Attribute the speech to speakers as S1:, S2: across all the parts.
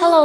S1: Hello，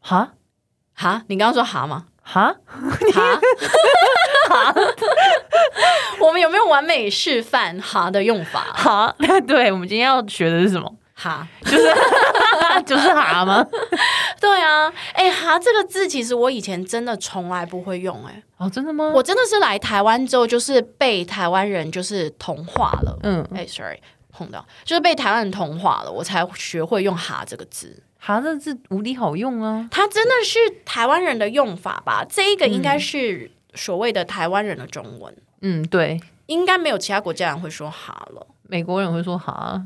S2: 哈
S1: 哈，你刚刚说哈吗？
S2: 哈，
S1: 哈， 我们有没有完美示范“哈”的用法？
S2: 哈， 对，我们今天要学的是什么？
S1: 哈，
S2: 就是哈吗？
S1: 对啊，哎、哈”这个字其实我以前真的从来不会用、哎，
S2: 哦，真的吗？
S1: 我真的是来台湾之后，就是被台湾人就是同化了。
S2: 嗯，
S1: 哎、s o r r y 碰到，就是被台湾人同化了，我才学会用“哈”这个字。
S2: 哈这字无敌好用啊！
S1: 它真的是台湾人的用法吧？这一个应该是所谓的台湾人的中文，
S2: 嗯，对，
S1: 应该没有其他国家人会说“哈”了。
S2: 美国人会说哈，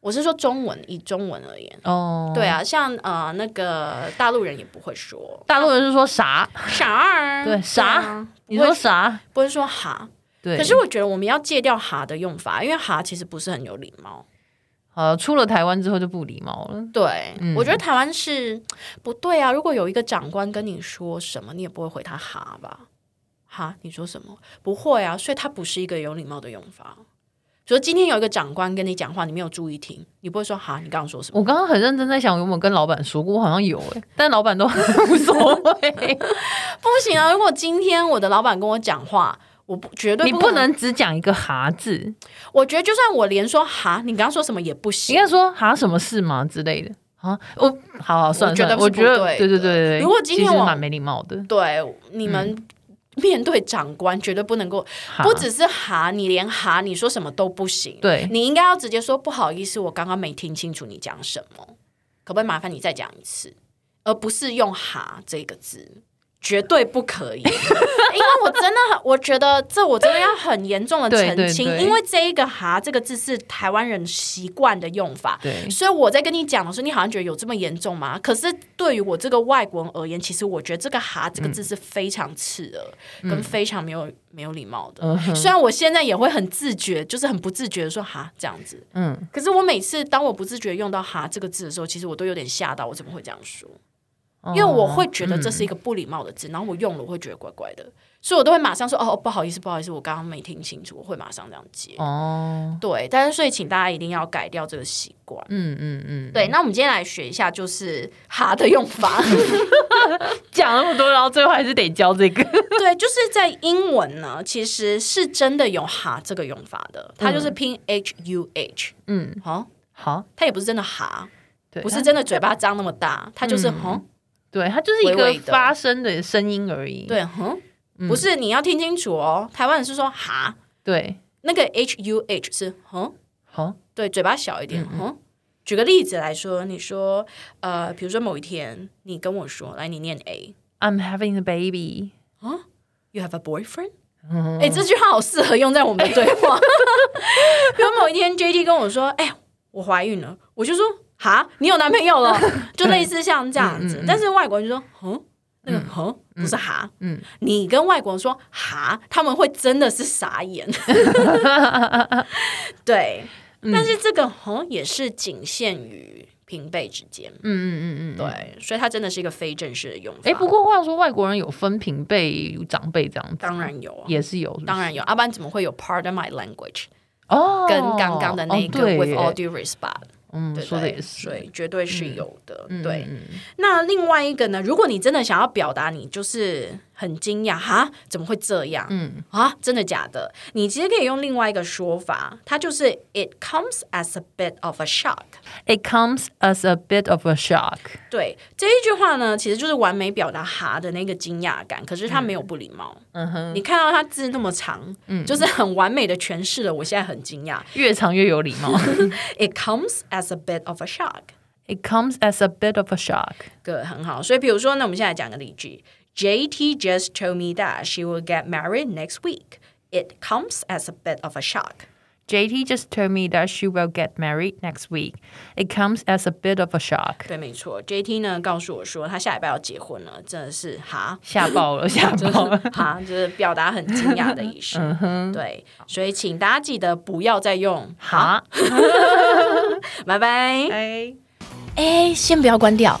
S1: 我是说中文，以中文而言。
S2: 哦，
S1: 对，啊，像呃那个大陆人也不会 说
S2: 大陆人是说啥？
S1: 啥儿，
S2: 对啥
S1: 啊
S2: 你
S1: 不会
S2: 说啥？
S1: 不会说哈。
S2: 对，
S1: 可是我觉得我们要戒掉哈的用法，因为哈其实不是很有礼貌。
S2: 呃，出了台湾之后就不礼貌了。
S1: 对，
S2: 嗯
S1: 我觉得台湾是不对啊。如果有一个长官跟你说什么，你也不会回他哈吧？哈，你说什么？不会啊，所以它不是一个有礼貌的用法。比如说今天有一个长官跟你讲话，你没有注意听，你不会说哈，你刚刚说什么？
S2: 我刚刚很认真在想，有没有跟老板说过？我好像有诶、但老板都 无所谓。
S1: 不行啊！如果今天我的老板跟我讲话，我不绝对
S2: 你
S1: 不
S2: 不能只讲一个哈字，
S1: 我觉得就算我连说哈，你刚刚说什么也不
S2: 应
S1: 行。
S2: 该说哈什么事吗之类的啊？我好好算
S1: 我
S2: 了
S1: 觉
S2: 算
S1: 得
S2: 了，
S1: 是
S2: 我觉得
S1: 不对
S2: 对对
S1: 的
S2: 对对。
S1: 如果今天
S2: 其实
S1: 我
S2: 蛮没礼貌的，
S1: 对，你们面对长官绝对不能够，
S2: 嗯哈
S1: 不只是哈，你连哈你说什么都不行。
S2: 对
S1: 你应该要直接说不好意思，我刚刚没听清楚你讲什么，可不可以麻烦你再讲一次，而不是用哈这个字。绝对不可 以，因为我真的很，我觉得这我真的要很严重的
S2: 对
S1: 澄
S2: 对
S1: 清，
S2: 对
S1: 因为这一个“哈”这个字是台湾人习惯的用法，
S2: 对
S1: 所以我在跟你讲的时候，你好像觉得有这么严重吗？可是对于我这个外国人而言，其实我觉得这个“哈”这个字是非常刺耳，跟非常没有没有礼貌的。虽然我现在也会很自觉，就是很不自觉的说“哈”这样子，
S2: 嗯，
S1: 可是我每次当我不自觉用到“哈”这个字的时候，其实我都有点吓到，我怎么会这样说？ 因为我会觉得这是一个不礼貌的字，然后我用了我会觉得怪怪的，所以我都会马上说哦不好意思不好意思，我刚刚没听清楚，我会马上这样接。
S2: 哦，
S1: 对，但是所以请大家一定要改掉这个习惯。
S2: 嗯嗯嗯，
S1: 对，那我们今天来学一下就是“哈”的用 法。
S2: 讲那么多，然后最后还是得教这 个，
S1: 对，就是在英文呢，其实是真的有“哈”这个用法的，它就是拼 h u h，
S2: 嗯，
S1: 哦，
S2: 好，
S1: 它也不是真的“哈”，
S2: 对，嗯
S1: 不是
S2: 它
S1: 真的嘴巴张那么大，它就是“哼、
S2: 对，它就是一
S1: 微
S2: 个
S1: 微的
S2: 发声的声音而已，
S1: 对，哼、
S2: 嗯
S1: 不是你要听清楚哦。台湾人是说“哈
S2: 对，”，
S1: 那个 h u h 是“哼”，
S2: 好，
S1: 对，嘴巴小一
S2: 嗯
S1: 点。哼、举个例子来说，你说呃，比如说某一天你跟我说，来，你念 A。
S2: I'm having a baby，
S1: You have a boyfriend？哎、这句话好适合用在我们的对话。 然后某一天，J D 跟我说：“哎、我怀孕了。”我就说：“哈，你有男朋友了？” 就类似像这样子。但是外国人就说：“哼，那个哼、不是哈。”
S2: 嗯
S1: 你跟外国人说“哈”，他们会真的是傻 眼。对，但是这个“哼”也是仅限于平辈之间。
S2: 嗯嗯嗯嗯，
S1: 对，。所以它真的是一个非正式的用法。
S2: 哎，不过话说，外国人有分平辈、长辈这样子，
S1: 当然有啊。
S2: 也是有，是不是
S1: 当然有，啊要不然怎么会有 Pardon my language
S2: 哦，
S1: 跟刚刚的那
S2: 哦
S1: 个
S2: 对
S1: with all
S2: 耶
S1: due respect，
S2: 嗯，
S1: 对不对
S2: 说的也是
S1: 所，以绝对是有的。
S2: 嗯
S1: 对，，
S2: 嗯嗯
S1: 那另外一个呢？如果你真的想要表达你就是很惊讶，哈，怎么会这样？嗯，啊，真的假的？你其实可以用另外一个说法，它就是 It comes as a bit of a shock。
S2: It comes as a bit of a shock。
S1: 对这一句话呢，其实就是完美表达哈的那个惊讶感，可是他没有不礼貌。嗯哼，你看到他字那么长，嗯，就是很完美的诠释了。我现在很惊讶
S2: 越长越有礼貌。
S1: ，It comes as a bit of a shock。
S2: It comes as a bit of a shock.
S1: 个很好。所以比如说呢，我们现在讲个例句：JT just told me that she will get married next week. It comes as a bit of a shock.
S2: JT just told me that she will get married next week. It comes as a bit of a shock.
S1: 对，没错，JT 呢告诉我说他下礼拜要结婚了，真的是哈。
S2: 吓 爆了，吓
S1: 就是
S2: 爆了！
S1: 哈，就是表达很惊讶的意思。对，所以请大家记得不要再用哈，
S2: 哈，
S1: 拜拜。
S2: 哎，
S1: 哎，先不要关掉，